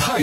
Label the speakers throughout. Speaker 1: 态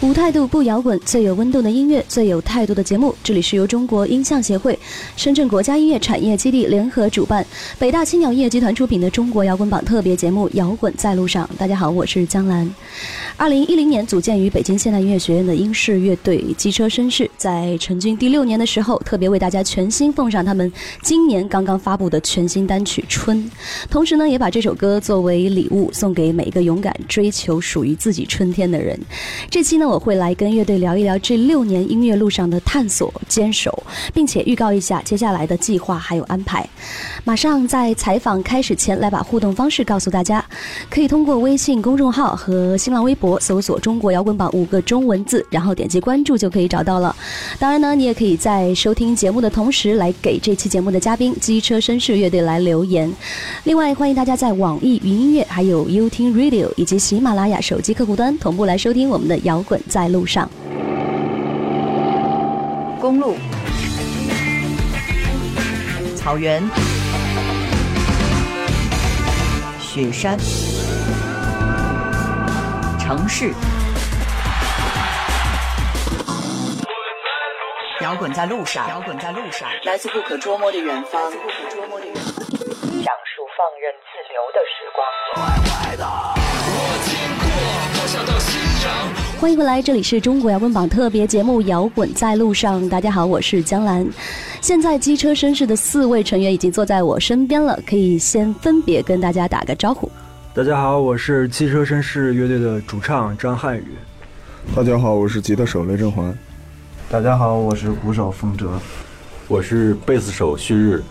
Speaker 2: 无态度不摇滚，最有温度的音乐，最有态度的节目。这里是由中国音像协会、深圳国家音乐产业基地联合主办，北大青鸟音乐集团出品的《中国摇滚榜》特别节目《摇滚在路上》。大家好，我是江兰。二零一零年组建于北京现代音乐学院的英式乐队机车绅士，在成军第六年的时候，特别为大家全新奉上他们今年刚刚发布的全新单曲《春》，同时呢，也把这首歌作为礼物送给每一个勇敢追求属于自己春天的人。这期呢，我会来跟乐队聊一聊这六年音乐路上的探索、坚守，并且预告一下接下来的计划还有安排。马上在采访开始前，来把互动方式告诉大家，可以通过微信公众号和新浪微博搜索“中国摇滚榜”五个中文字，然后点击关注就可以找到了。当然呢，你也可以在收听节目的同时，来给这期节目的嘉宾机车绅士乐队来留言。另外，欢迎大家在网易云音乐、还有 u 听 Radio 以及喜马拉雅手机客户端同步来收听我们的《摇滚在路上》。
Speaker 3: 公路、草原、雪山、城市。摇滚在路上，摇滚在路上，来自不可捉摸的远方，来自不可捉摸的远方。
Speaker 4: 讲述放任自流的时光。
Speaker 2: 欢迎回来，这里是中国摇滚榜特别节目《摇滚在路上》。大家好，我是江兰。现在机车绅士的四位成员已经坐在我身边了，可以先分别跟大家打个招呼。
Speaker 5: 大家好，我是汽车绅士乐队的主唱张汉宇。
Speaker 6: 大家好，我是吉他手雷振环。
Speaker 5: 大家好，我是鼓手冯哲。
Speaker 7: 我是贝斯手旭日，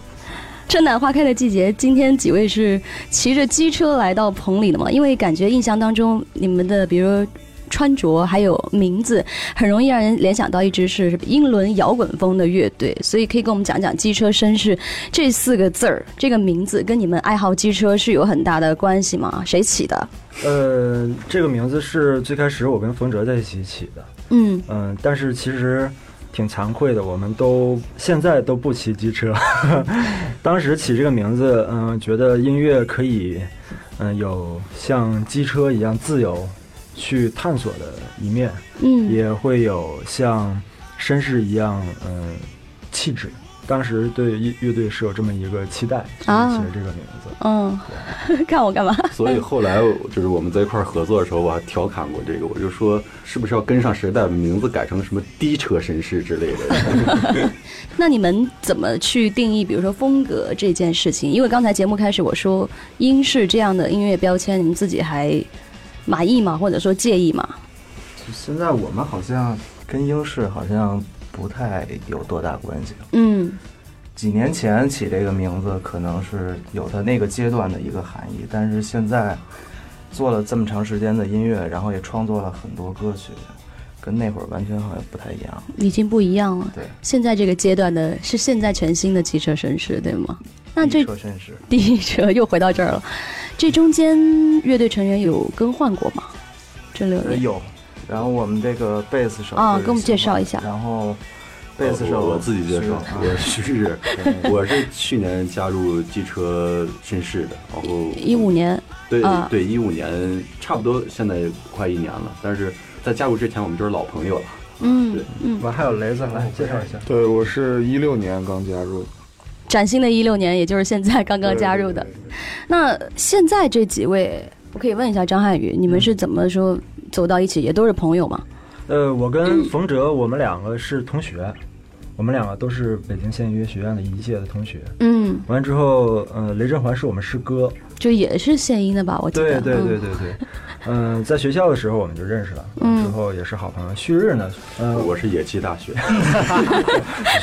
Speaker 2: 春暖花开的季节，今天几位是骑着机车来到棚里的吗？因为感觉印象当中，你们的比如穿着还有名字，很容易让人联想到一支是英伦摇滚风的乐队，所以可以跟我们讲讲“机车绅士”这四个字儿，这个名字跟你们爱好机车是有很大的关系吗？谁起的？
Speaker 5: 呃，这个名字是最开始我跟冯哲在一起起的。
Speaker 2: 嗯，
Speaker 5: 嗯、但是其实挺惭愧的，我们都现在都不骑机车。 当时起这个名字，嗯、觉得音乐可以，嗯、有像机车一样自由去探索的一面，
Speaker 2: 嗯
Speaker 5: 也会有像绅士一样，嗯、气质。当时对乐乐队是有这么一个期待，所以
Speaker 2: 啊
Speaker 5: 起了这个名字。
Speaker 2: 嗯，看我干嘛？
Speaker 7: 所以后来我就是我们在一块儿合作的时候，我还调侃过这个，我就说是不是要跟上时代，名字改成什么低车绅士之类 的。
Speaker 2: 那你们怎么去定义，比如说风格这件事情？因为刚才节目开始我说英式这样的音乐标签，你们自己还满意吗？或者说介意吗？
Speaker 8: 现在我们好像跟英式好像不太有多大关系。
Speaker 2: 嗯
Speaker 8: 几年前起这个名字，可能是有它那个阶段的一个含义，但是现在做了这么长时间的音乐，然后也创作了很多歌曲，跟那会儿完全好像不太一样。
Speaker 2: 已经不一样了。
Speaker 8: 对，
Speaker 2: 现在这个阶段的是现在全新的汽车绅士，对吗？那这
Speaker 8: 一车绅士，
Speaker 2: 第一车又回到这儿了，这中间乐队成员有更换过吗？这六
Speaker 8: 呃
Speaker 2: 年
Speaker 8: 有。然后我们这个贝斯手
Speaker 2: 啊
Speaker 8: 是
Speaker 2: 给我们介绍一
Speaker 8: 小
Speaker 2: 下
Speaker 8: 黄然后贝斯手
Speaker 7: 我我自己介绍，
Speaker 8: 是
Speaker 7: 我是旭日，我是去年加入机车绅士的，然后
Speaker 2: 一五年，
Speaker 7: 对
Speaker 2: 啊
Speaker 7: 对，一五年差不多，现在快一年了。但是在加入之前，我们就是老朋友了。
Speaker 2: 嗯
Speaker 7: 对
Speaker 2: 嗯，
Speaker 5: 完还有雷子来介绍一下。
Speaker 6: 对，我是一六年刚加入，
Speaker 2: 崭新的一六年，也就是现在刚刚加入的。那现在这几位，我可以问一下张翰宇，你们是怎么说走到一起，也都是朋友吗？
Speaker 5: 呃，我
Speaker 2: 嗯
Speaker 5: 跟冯哲，我们两个是同学，我们两个都是北京现代音乐学院的一届的同学。
Speaker 2: 嗯，
Speaker 5: 完之后，呃，雷振环是我们师哥，
Speaker 2: 就也是现音的吧，我记
Speaker 5: 对
Speaker 2: 得。
Speaker 5: 对对
Speaker 2: 嗯
Speaker 5: 对对。嗯、在学校的时候我们就认识了，
Speaker 2: 嗯
Speaker 5: 之后也是好朋友。旭日呢，呃，
Speaker 8: 嗯
Speaker 7: 我是野鸡大学，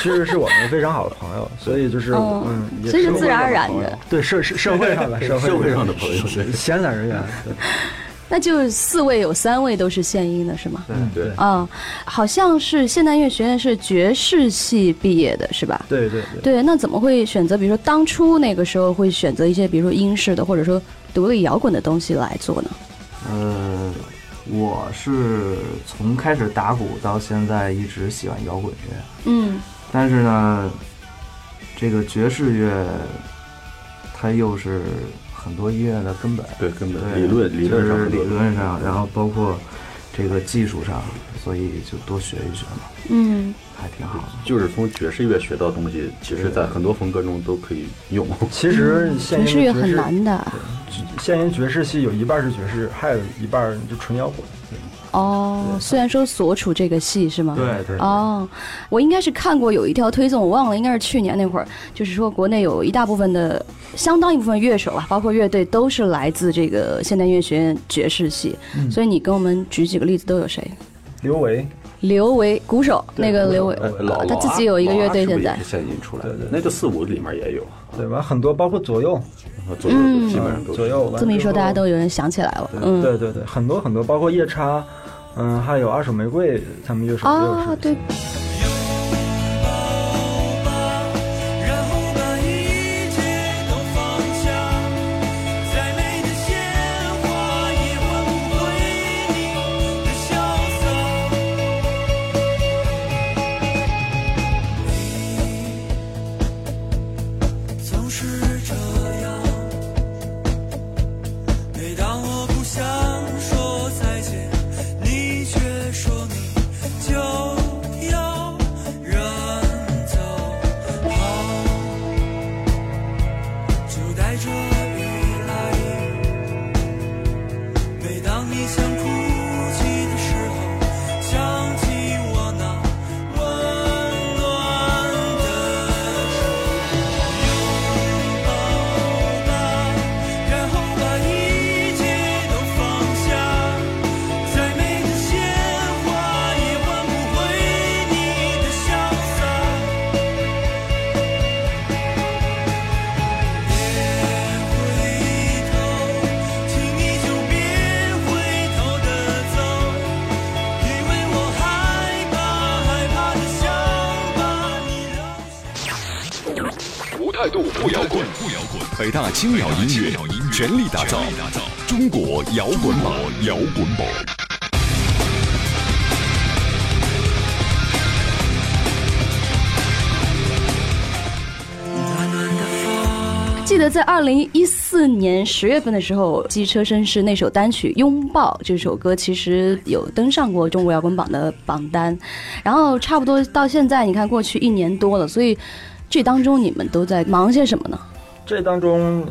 Speaker 5: 旭日是我们非常好的朋友，所以就是、
Speaker 2: 哦
Speaker 5: 嗯，也
Speaker 2: 所以是
Speaker 5: 我
Speaker 2: 自然而然
Speaker 5: 朋友
Speaker 2: 的。
Speaker 5: 对社社社会上的社
Speaker 7: 社会
Speaker 5: 上
Speaker 7: 上的朋友对
Speaker 5: 闲散人员，对
Speaker 2: 那就四位有三位都是现音的，是吗？
Speaker 7: 对对
Speaker 2: 嗯，好像是现代音乐学院是爵士系毕业的，是吧？
Speaker 5: 对对对。
Speaker 2: 对，那怎么会选择？比如说当初那个时候会选择一些，比如说英式的，或者说独立摇滚的东西来做呢？
Speaker 8: 呃，我是从开始打鼓到现在一直喜欢摇滚乐，
Speaker 2: 嗯
Speaker 8: 但是呢，这个爵士乐，它又是很多音乐的根本，
Speaker 7: 对根本
Speaker 8: 对
Speaker 7: 理论理论上
Speaker 8: 就是
Speaker 7: 很多
Speaker 8: 理论上，然后包括这个技术上，所以就多学一学嘛，
Speaker 2: 嗯，
Speaker 8: 还挺好的。
Speaker 7: 就是从爵士乐学到的东西，其实在很多风格中都可以 用。
Speaker 5: 其实
Speaker 2: 爵
Speaker 5: 现音
Speaker 2: 士乐很难的
Speaker 5: 现音爵士系有一半是爵士，还有一半就纯摇滚。
Speaker 2: 哦。虽然说所处这个系是吗？
Speaker 8: 对对
Speaker 2: 哦，我应该是看过有一条推送，我忘了，应该是去年那会儿，就是说国内有一大部分的，相当一部分乐手啊，包括乐队，都是来自这个现代音乐学院爵士系。所以你跟我们举几个例子，都有谁？
Speaker 5: 刘维，
Speaker 2: 刘维，鼓手，那个刘维
Speaker 7: 呃，老
Speaker 2: 他自己有一个乐队现在
Speaker 7: 老阿是不是也是现音出来的，那个四五里面也有，啊
Speaker 5: 对吧？很多包括左右，
Speaker 7: 左右
Speaker 2: 嗯
Speaker 7: 都基本上都是
Speaker 5: 左右完
Speaker 2: 这么一说，
Speaker 5: 之后
Speaker 2: 大家都有人想起来了。嗯，
Speaker 5: 对对对，很多很多，包括夜叉，嗯，还有二手玫瑰，他们乐手也有
Speaker 2: 啊
Speaker 5: 是，
Speaker 2: 对，
Speaker 9: 每当我不想说再见，你却说你就要远走，好，就带着依赖。每当你想哭泣的时候，想起我那温暖的手，拥抱吧。然后把一切都放下，再美的鲜花也换不回你的潇洒。别回头，请你就别回头的走，因为我害怕，害怕的想把你留下。
Speaker 1: 无态度不摇滚，不摇滚。北大青鸟音乐全力打造中国摇滚榜，摇滚榜。
Speaker 2: 记得在二零一四年十月份的时候，机车绅士那首单曲《拥抱》这首歌其实有登上过中国摇滚榜的榜单，然后差不多到现在，你看过去一年多了，所以这当中你们都在忙些什么呢？
Speaker 5: 这当中，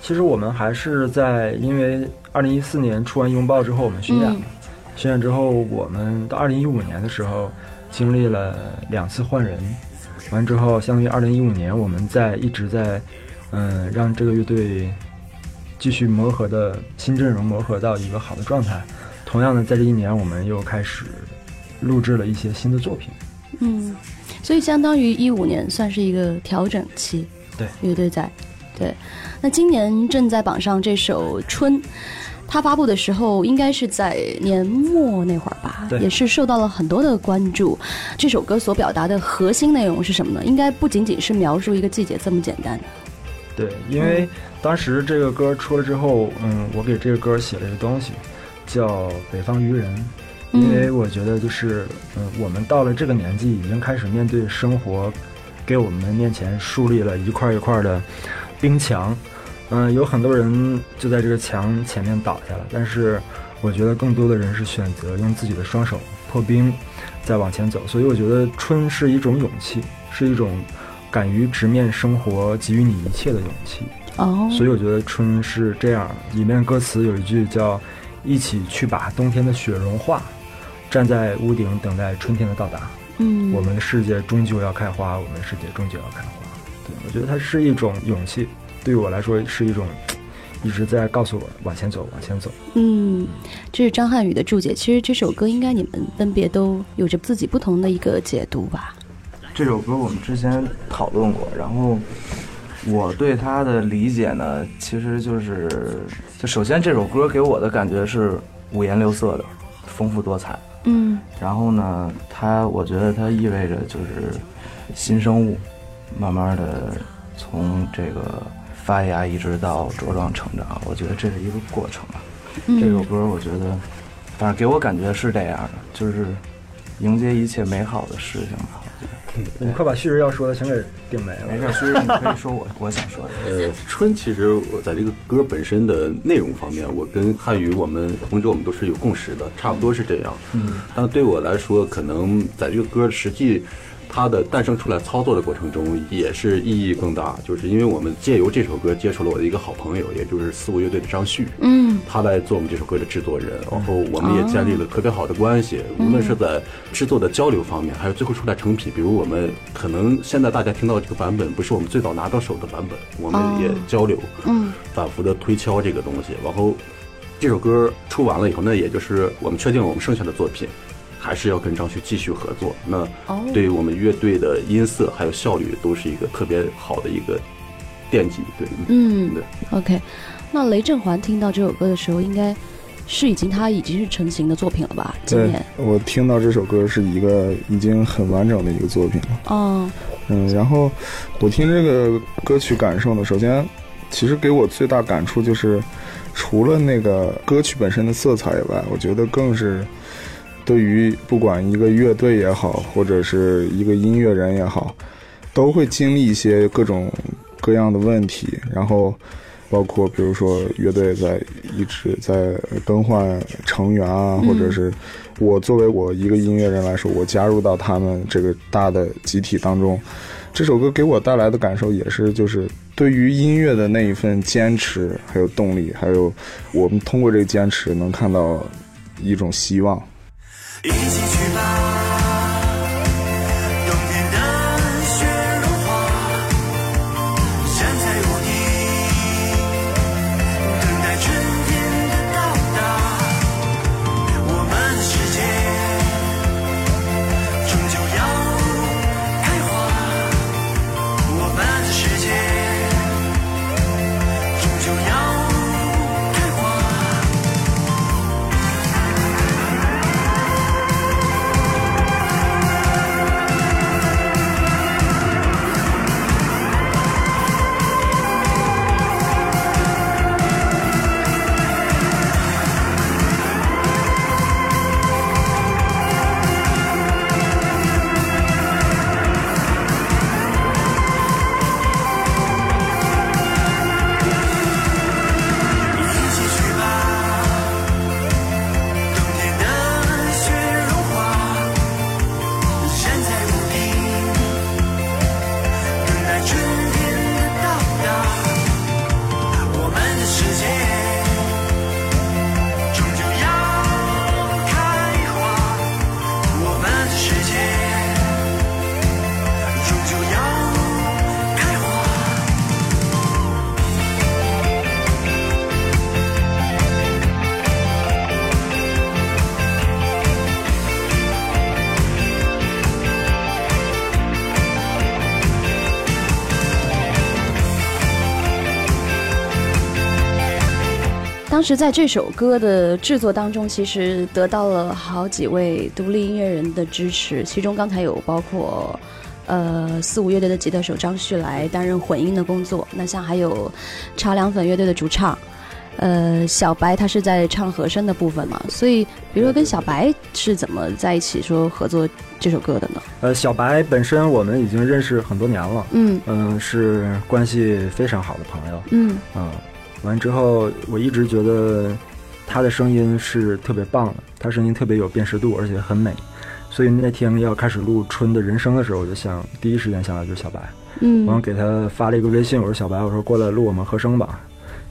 Speaker 5: 其实我们还是在因为二零一四年出完《拥抱》之后，我们巡演了，
Speaker 2: 嗯
Speaker 5: 巡演之后，我们到二零一五年的时候，经历了两次换人，完之后，相当于二零一五年我们在一直在，嗯，让这个乐队继续磨合的新阵容磨合到一个好的状态。同样的，在这一年，我们又开始录制了一些新的作品。
Speaker 2: 嗯，所以相当于一五年算是一个调整期，
Speaker 5: 对
Speaker 2: 乐队在，对。那今年正在榜上这首《春》，它发布的时候应该是在年末那会儿吧，
Speaker 5: 对
Speaker 2: 也是受到了很多的关注。这首歌所表达的核心内容是什么呢？应该不仅仅是描述一个季节这么简单。
Speaker 5: 对，因为当时这个歌出了之后，嗯，我给这个歌写了一个东西，叫《北方渔人》，
Speaker 2: 嗯
Speaker 5: 因为我觉得就是，嗯，我们到了这个年纪，已经开始面对生活，给我们面前树立了一块一块的冰墙，嗯，有很多人就在这个墙前面倒下了，但是我觉得更多的人是选择用自己的双手破冰，再往前走，所以我觉得春是一种勇气，是一种敢于直面生活给予你一切的勇气。
Speaker 2: 哦，
Speaker 5: 所以我觉得春是这样，里面歌词有一句叫“一起去把冬天的雪融化”，站在屋顶等待春天的到达。
Speaker 2: 嗯，
Speaker 5: 我们的世界终究要开花，我们的世界终究要开花。对我觉得它是一种勇气，对于我来说是一种一直在告诉我往前走，往前走。
Speaker 2: 嗯，这是张翰宇的注解。其实这首歌应该你们分别都有着自己不同的一个解读吧？
Speaker 8: 这首歌我们之前讨论过，然后我对它的理解呢，其实就是，就首先这首歌给我的感觉是五颜六色的，丰富多彩。
Speaker 2: 嗯
Speaker 8: 然后呢，它我觉得它意味着就是新生物，慢慢的从这个发芽一直到茁壮成长，我觉得这是一个过程吧。
Speaker 2: 嗯
Speaker 8: 这首歌我觉得，反正给我感觉是这样的，就是迎接一切美好的事情吧。
Speaker 5: 你快把旭日要说的全给顶没了。
Speaker 8: 没事，旭日你可以说我我想说 的。
Speaker 7: 呃，春其实我在这个歌本身的内容方面，我跟汉语我们同志我们都是有共识的，差不多是这样。
Speaker 8: 嗯，
Speaker 7: 但对我来说，可能在这个歌实际它的诞生出来操作的过程中，也是意义更大，就是因为我们借由这首歌接触了我的一个好朋友，也就是四五乐队的张旭。
Speaker 2: 嗯
Speaker 7: 他来做我们这首歌的制作人，然后我们也建立了特别好的关
Speaker 2: 啊
Speaker 7: 系，无论是在制作的交流方面，还有最后出来成品，比如我们可能现在大家听到这个版本不是我们最早拿到手的版本，我
Speaker 2: 哦
Speaker 7: 们也交流，
Speaker 2: 嗯
Speaker 7: 反复的推敲这个东西，然后这首歌出完了以后，那也就是我们确定我们剩下的作品。还是要跟张旭继续合作，那
Speaker 2: 哦
Speaker 7: 对于我们乐队的音色还有效率都是一个特别好的一个奠基。对，
Speaker 2: 嗯
Speaker 7: 对，
Speaker 2: ，OK。那雷振环听到这首歌的时候，应该是已经他已经是成型的作品了吧？今
Speaker 6: 对
Speaker 2: 年，
Speaker 6: 我听到这首歌是一个已经很完整的一个作品了。
Speaker 2: 哦，
Speaker 6: 嗯，然后我听这个歌曲感受呢，首先，其实给我最大感触就是，除了那个歌曲本身的色彩以外，我觉得更是对于不管一个乐队也好，或者是一个音乐人也好，都会经历一些各种各样的问题，然后。包括比如说乐队在一直在更换成员啊，
Speaker 10: 嗯
Speaker 6: 或者是我作为我一个音乐人来说，我加入到他们这个大的集体当中，这首歌给我带来的感受也是，就是对于音乐的那一份坚持，还有动力，还有我们通过这个坚持能看到一种希望。
Speaker 9: 一起去吧，冬天的雪融化，站在屋顶，等待春天的到达。我们的世界终究要开花，我们的世界终究要开花。一起去吧，冬天的雪融化，站在屋顶，等待春天的到达。我们的世界终究要开花，我们的世界终究要开花。
Speaker 2: 当时在这首歌的制作当中，其实得到了好几位独立音乐人的支持，其中刚才有包括。呃，四五乐队的吉他手张旭来担任混音的工作。那像还有茶凉粉乐队的主唱，呃，小白他是在唱和声的部分嘛。所以，比如说跟小白是怎么在一起说合作这首歌的呢？
Speaker 5: 呃，小白本身我们已经认识很多年了，
Speaker 2: 嗯
Speaker 5: 嗯、是关系非常好的朋友，
Speaker 2: 嗯
Speaker 5: 嗯，完之后我一直觉得他的声音是特别棒的，他声音特别有辨识度，而且很美，所以那天要开始录《春的人生》的时候，我就想第一时间想到就是小白，
Speaker 2: 嗯
Speaker 5: 然后给他发了一个微信，我说小白，我说过来录我们和声吧，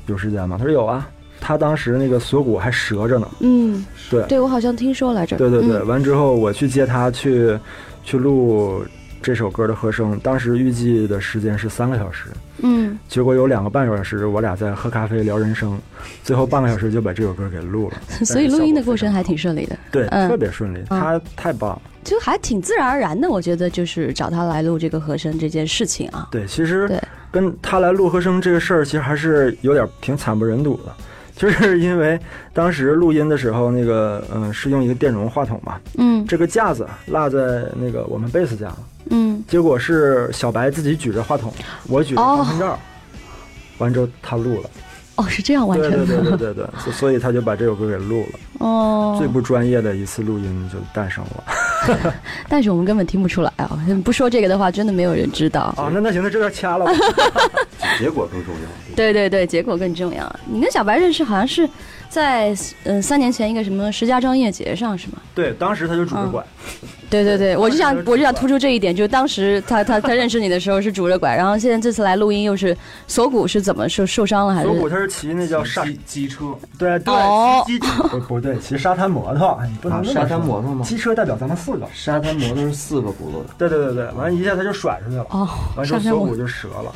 Speaker 5: 有时间吗？他说有啊，他当时那个锁骨还折着呢，
Speaker 2: 嗯，
Speaker 5: 对
Speaker 2: 对我好像听说来着。
Speaker 5: 对对对，
Speaker 2: 嗯
Speaker 5: 完之后我去接他去去录这首歌的和声，当时预计的时间是三个小时。
Speaker 2: 嗯，。
Speaker 5: 结果有两个半小时，我俩在喝咖啡聊人生，最后半个小时就把这首歌给录了
Speaker 2: 所以录音的过程还挺顺利的。
Speaker 5: 对，
Speaker 2: 嗯
Speaker 5: 特别顺利，他太棒了。
Speaker 2: 就还挺自然而然的，我觉得就是找他来录这个和声这件事情啊，
Speaker 5: 对，其实跟他来录和声这个事儿，其实还是有点挺惨不忍睹的， 就是因为当时录音的时候，那个嗯、呃是用一个电容话筒嘛，
Speaker 2: 嗯
Speaker 5: 这个架子啊落在那个我们贝斯家了，
Speaker 2: 嗯，
Speaker 5: 结果是小白自己举着话筒，我举着
Speaker 2: 哦
Speaker 5: 防喷罩儿，完之后他录了，
Speaker 2: 哦，是这样完
Speaker 5: 对
Speaker 2: 成的。
Speaker 5: 对对对对对，所所以他就把这首歌给录了。
Speaker 2: 哦，
Speaker 5: 最不专业的一次录音就诞生了
Speaker 2: 但是我们根本听不出来啊！ 不说这个的话，真的没有人知道。
Speaker 5: 啊！那那行，那这段掐了吧。
Speaker 7: 结果更重要。
Speaker 2: 对对对，结果更重要。你跟小白认识好像是在嗯、三年前一个什么石家庄音乐节上是吗？
Speaker 5: 对，当时他就拄着拐，
Speaker 2: 对对对，我就想我就想突出这一点，就是当时他他他认识你的时候是拄着拐，然后现在这次来录音又是锁骨是怎么受受伤了还是
Speaker 5: 锁？骨他是骑那叫刹
Speaker 8: 机车，
Speaker 5: 对
Speaker 2: 哦
Speaker 5: 对，骑机不不对，骑沙滩摩托，哎你不能
Speaker 8: 啊
Speaker 5: 这么
Speaker 8: 沙滩
Speaker 5: 说
Speaker 8: 摩托吗
Speaker 5: 机车代表咱们四个，
Speaker 8: 沙滩摩托是四个轱辘的，
Speaker 5: 对对对对，完一下他就甩出去了，
Speaker 2: 哦
Speaker 5: 完之后
Speaker 2: 沙滩摩
Speaker 5: 锁骨就折了。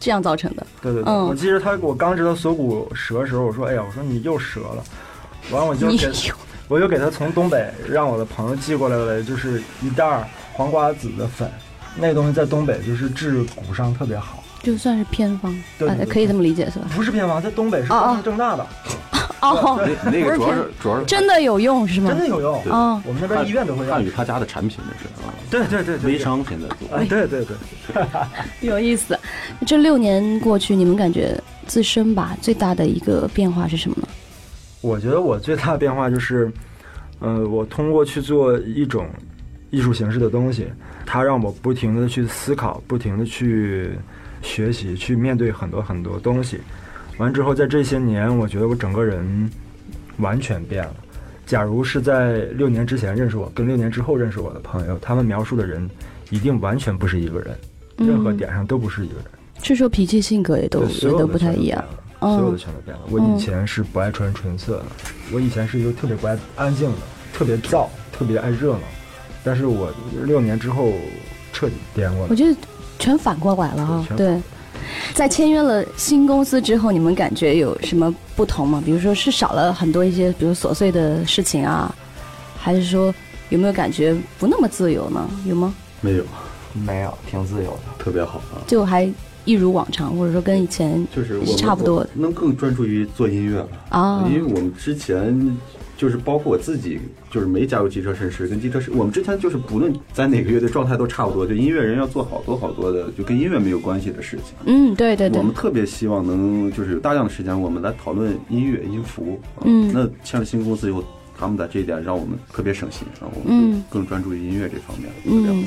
Speaker 2: 这样造成的。
Speaker 5: 对对对，
Speaker 2: 嗯
Speaker 5: 我记得他我刚知道锁骨折的时候，我说哎呀，我说你又折了，完我就
Speaker 2: 你
Speaker 5: 给
Speaker 2: 又
Speaker 5: 我就给他从东北让我的朋友寄过来了，就是一袋儿黄瓜籽的粉，那个东西在东北就是治骨伤特别好。
Speaker 2: 就算是偏方，
Speaker 5: 对对对
Speaker 2: 呃可以这么理解 是吧？
Speaker 5: 不是偏方，在东北是
Speaker 2: 哦哦
Speaker 5: 光明正大的，
Speaker 2: 哦，
Speaker 7: 那那个主要
Speaker 2: 不
Speaker 7: 是主要是
Speaker 2: 真的有用是吗？
Speaker 5: 真的有用。
Speaker 2: 哦，
Speaker 5: 我们那边医院都会
Speaker 7: 汉
Speaker 5: 让
Speaker 7: 语。他家的产品这是啊，
Speaker 5: 对对对对，
Speaker 7: 微商现在做。
Speaker 5: 啊，对对对，
Speaker 2: 有意思。这六年过去，你们感觉自身吧最大的一个变化是什么呢？
Speaker 5: 我觉得我最大的变化就是，呃，我通过去做一种艺术形式的东西，它让我不停的去思考，不停的去学习，去面对很多很多东西。完之后，在这些年，我觉得我整个人完全变了。假如是在六年之前认识我，跟六年之后认识我的朋友，他们描述的人一定完全不是一个人，
Speaker 2: 嗯
Speaker 5: 任何点上都不是一个人。
Speaker 2: 是说脾气、性格也都
Speaker 5: 对
Speaker 2: 也
Speaker 5: 所有
Speaker 2: 都
Speaker 5: 的
Speaker 2: 不太
Speaker 5: 全
Speaker 2: 一
Speaker 5: 变
Speaker 2: 样
Speaker 5: 了。所有
Speaker 2: 嗯
Speaker 5: 的，全都变了。我以前是不爱穿纯色的，我以前是一个特别不爱安静的，特别燥，特别爱热闹。但是我六年之后彻底颠过
Speaker 2: 我
Speaker 5: 了。
Speaker 2: 觉得全反过来了哈、
Speaker 5: 对全反
Speaker 2: 对，在签约了新公司之后，你们感觉有什么不同吗？比如说是少了很多一些，比如琐碎的事情啊，还是说有没有感觉不那么自由呢？有吗？
Speaker 7: 没有，
Speaker 8: 没有，挺自由的。
Speaker 7: 特别好啊，
Speaker 2: 就还一如往常，或者说跟以前
Speaker 7: 就是我们
Speaker 2: 差不多的
Speaker 7: 我能更专注于做音乐了
Speaker 2: 啊
Speaker 7: 因为我们之前。就是包括我自己，就是没加入机车绅士，跟机车绅，我们之前就是不论在哪个乐队状态都差不多，就音乐人要做好多好多的，就跟音乐没有关系的事情。
Speaker 2: 嗯，对对对
Speaker 7: 我，们特别希望能就是有大量的时间，我们来讨论音乐音符。啊
Speaker 2: 嗯
Speaker 7: 那签了新公司以后，他们在这一点让我们特别省心，然后我们
Speaker 2: 嗯
Speaker 7: 就更专注于音乐这方面。
Speaker 2: 嗯，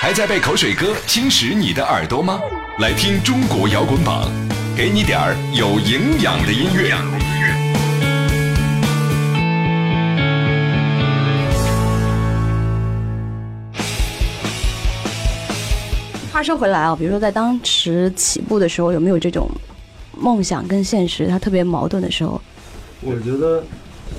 Speaker 1: 还在被口水歌侵蚀你的耳朵吗？来听中国摇滚榜，给你点儿有营养的音乐。
Speaker 2: 话说回来啊，比如说在当时起步的时候，有没有这种梦想跟现实它特别矛盾的时候？
Speaker 5: 我觉得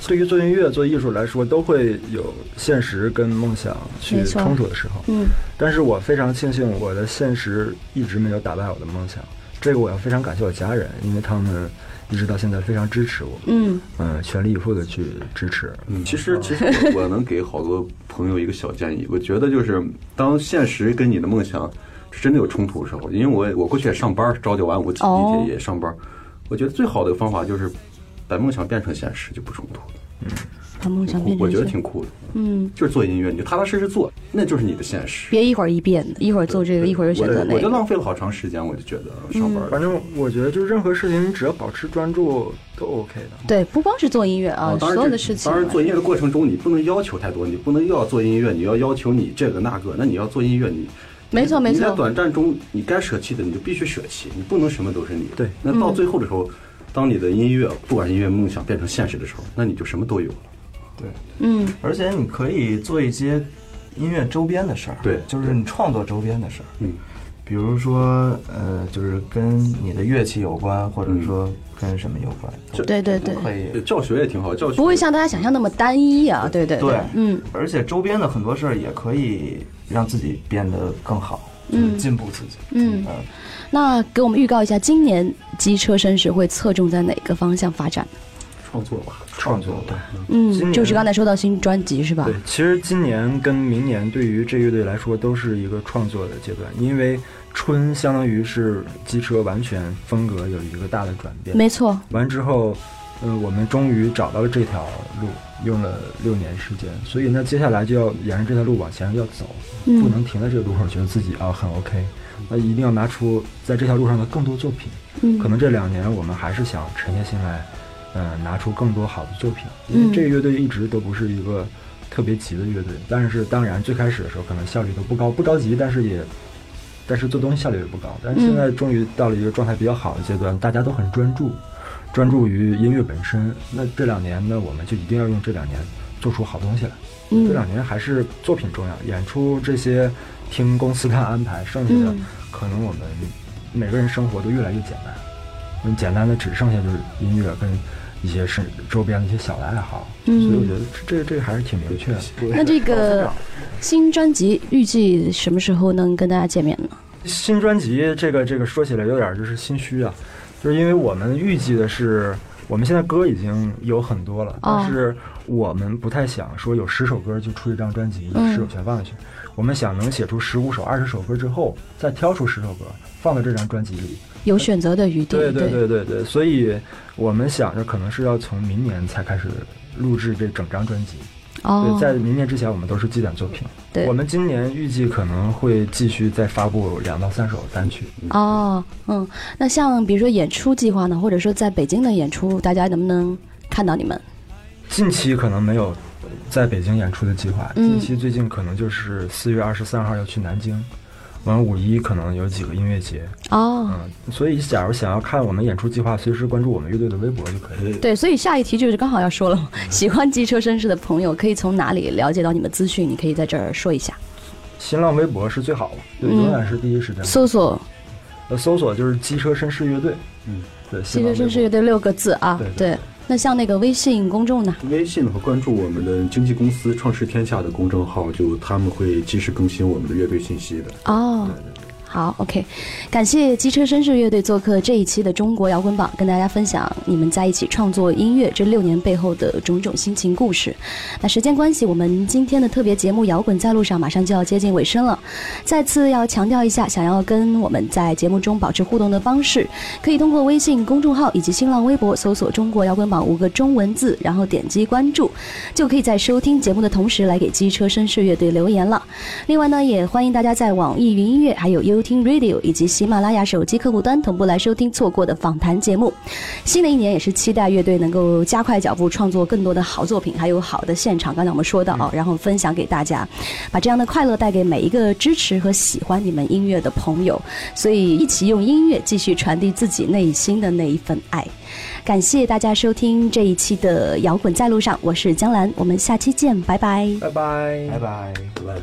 Speaker 5: 对于做音乐、做艺术来说，都会有现实跟梦想去
Speaker 2: 没错
Speaker 5: 冲突的时候。
Speaker 2: 嗯，
Speaker 5: 但是我非常庆幸我的现实一直没有打败我的梦想，这个我要非常感谢我家人，因为他们一直到现在非常支持我，
Speaker 2: 嗯
Speaker 5: 嗯，全力以赴的去支持。
Speaker 7: 嗯，其实其实我我能给好多朋友一个小建议，我觉得就是当现实跟你的梦想是真的有冲突的时候，因为我我过去也上班，朝九晚五，地
Speaker 2: 哦
Speaker 7: 铁也上班，我觉得最好的方法就是把梦想变成现实，就不冲突。
Speaker 2: 把梦想变成
Speaker 7: 我觉得
Speaker 2: 现
Speaker 7: 挺酷的，
Speaker 2: 嗯，
Speaker 7: 就是做音乐，你就踏踏实实做，那就是你的现实。
Speaker 2: 别一会儿一变，一会儿做这个，一会儿又选择
Speaker 7: 我
Speaker 2: 那
Speaker 7: 我就
Speaker 2: 个。嗯
Speaker 7: 浪费了好长时间，我就觉得上班。
Speaker 5: 反正我觉得就是任何事情，你只要保持专注都 OK 的。
Speaker 2: 对，不光是做音乐啊，
Speaker 7: 哦当然
Speaker 2: 所有
Speaker 7: 这
Speaker 2: 的事情。
Speaker 7: 当然，做音乐的过程中，你不能要求太多，你不能又要做音乐，你要要求你这个那个，那你要做音乐，你
Speaker 2: 没错没
Speaker 7: 你在
Speaker 2: 错，
Speaker 7: 短暂中，你该舍弃的你就必须舍弃，你不能什么都是你。
Speaker 5: 对，
Speaker 7: 那到最后的时候，当你的音乐，不管是音乐梦想变成现实的时候，那你就什么都有了。
Speaker 8: 对，
Speaker 2: 嗯，
Speaker 8: 而且你可以做一些音乐周边的事儿，
Speaker 7: 对
Speaker 8: 就是你创作周边的事儿，
Speaker 7: 嗯，
Speaker 8: 比如说呃，就是跟你的乐器有关，或者说跟什么有关，
Speaker 7: 嗯就
Speaker 2: 对对对
Speaker 8: 都，可以。
Speaker 7: 教学也挺好，教学
Speaker 2: 不会像大家想象那么单一啊。对对
Speaker 8: 对
Speaker 2: 嗯，
Speaker 8: 而且周边的很多事儿也可以让自己变得更好，
Speaker 2: 嗯
Speaker 8: 就是进步自己，呃
Speaker 2: 嗯那给我们预告一下，今年机车绅士会侧重在哪个方向发展？
Speaker 7: 创作吧。
Speaker 8: 创作对，
Speaker 5: 今
Speaker 2: 嗯，
Speaker 5: 年
Speaker 2: 就是刚才说到新专辑是吧
Speaker 5: 对？，其实今年跟明年对于这乐队来说都是一个创作的阶段，因为春相当于是机车完全风格有一个大的转变。
Speaker 2: 没错，
Speaker 5: 完之后，呃，我们终于找到了这条路，用了六年时间，所以呢，接下来就要沿着这条路往前要走，
Speaker 2: 嗯
Speaker 5: 不能停在这个路口，觉得自己啊很 OK，那一定要拿出在这条路上的更多作品。
Speaker 2: 嗯
Speaker 5: 可能这两年我们还是想沉下心来，嗯、拿出更多好的作品。
Speaker 2: 嗯
Speaker 5: 因为这个乐队一直都不是一个特别急的乐队，但是当然最开始的时候可能效率都不高，不着急，但是也。但是做东西效率也不高，但是现
Speaker 2: 嗯
Speaker 5: 在终于到了一个状态比较好的阶段，大家都很专注，专注于音乐本身。那这两年呢，我们就一定要用这两年做出好东西来。
Speaker 2: 嗯
Speaker 5: 这两年还是作品重要，演出这些听公司的安排，剩下的
Speaker 2: 嗯
Speaker 5: 可能我们每个人生活都越来越简单，嗯，简单的只剩下就是音乐跟一些是周边的一些小的爱好。
Speaker 2: 嗯
Speaker 5: 所以我觉得这这这还是挺明确的。
Speaker 2: 那这个新专辑预计什么时候能跟大家见面呢？
Speaker 5: 新专辑这个这个说起来有点就是心虚啊，就是因为我们预计的是，我们现在歌已经有很多了，但是我们不太想说有十首歌就出一张专辑，
Speaker 2: 嗯
Speaker 5: 十首全放下去。我们想能写出十五首、二十首歌之后，再挑出十首歌放到这张专辑里。
Speaker 2: 有选择的余地。
Speaker 5: 呃对对对对对，所以我们想着可能是要从明年才开始录制这整张专辑。
Speaker 2: 哦
Speaker 5: 对，，在明年之前，我们都是积攒作品。
Speaker 2: 对
Speaker 5: 我们今年预计可能会继续再发布两到三首单曲。
Speaker 2: 哦，嗯，那像比如说演出计划呢，或者说在北京的演出，大家能不能看到你们？
Speaker 5: 近期可能没有在北京演出的计划，
Speaker 2: 嗯
Speaker 5: 近期最近可能就是四月二十三号要去南京，完五一可能有几个音乐节，
Speaker 2: 哦，
Speaker 5: 嗯，所以假如想要看我们演出计划，随时关注我们乐队的微博就可以了。
Speaker 2: 对，所以下一题就是刚好要说了嘛，喜欢机车绅士的朋友可以从哪里了解到你们资讯？你可以在这儿说一下，
Speaker 5: 新浪微博是最好的，对，
Speaker 2: 嗯
Speaker 5: 永远是第一时间。
Speaker 2: 搜索
Speaker 5: 呃，搜索就是机车绅士乐队，嗯，对，
Speaker 2: “机
Speaker 5: 新
Speaker 2: 车
Speaker 5: 浪微博
Speaker 2: 绅士乐队”六个字啊。
Speaker 7: 对对
Speaker 2: 那像那个微信公众呢？
Speaker 7: 微信的话，关注我们的经纪公司“创世天下”的公众号，就他们会及时更新我们的乐队信息的。
Speaker 2: 哦。好，OK，感谢机车绅士乐队做客这一期的中国摇滚榜，跟大家分享你们在一起创作音乐这六年背后的种种心情故事。那时间关系，我们今天的特别节目《摇滚在路上》马上就要接近尾声了。再次要强调一下，想要跟我们在节目中保持互动的方式，可以通过微信公众号以及新浪微博搜索“中国摇滚榜”五个中文字，然后点击关注，就可以在收听节目的同时来给机车绅士乐队留言了。另外呢，也欢迎大家在网易云音乐、还有优听 Radio 以及喜马拉雅手机客户端同步来收听错过的访谈节目。新的一年也是期待乐队能够加快脚步，创作更多的好作品，还有好的现场。刚才我们说到啊，然后分享给大家，把这样的快乐带给每一个支持和喜欢你们音乐的朋友。所以，一起用音乐继续传递自己内心的那一份爱。感谢大家收听这一期的《摇滚在路上》，我是江兰，我们下期见，拜拜。
Speaker 5: 拜拜。
Speaker 8: 拜拜，拜拜。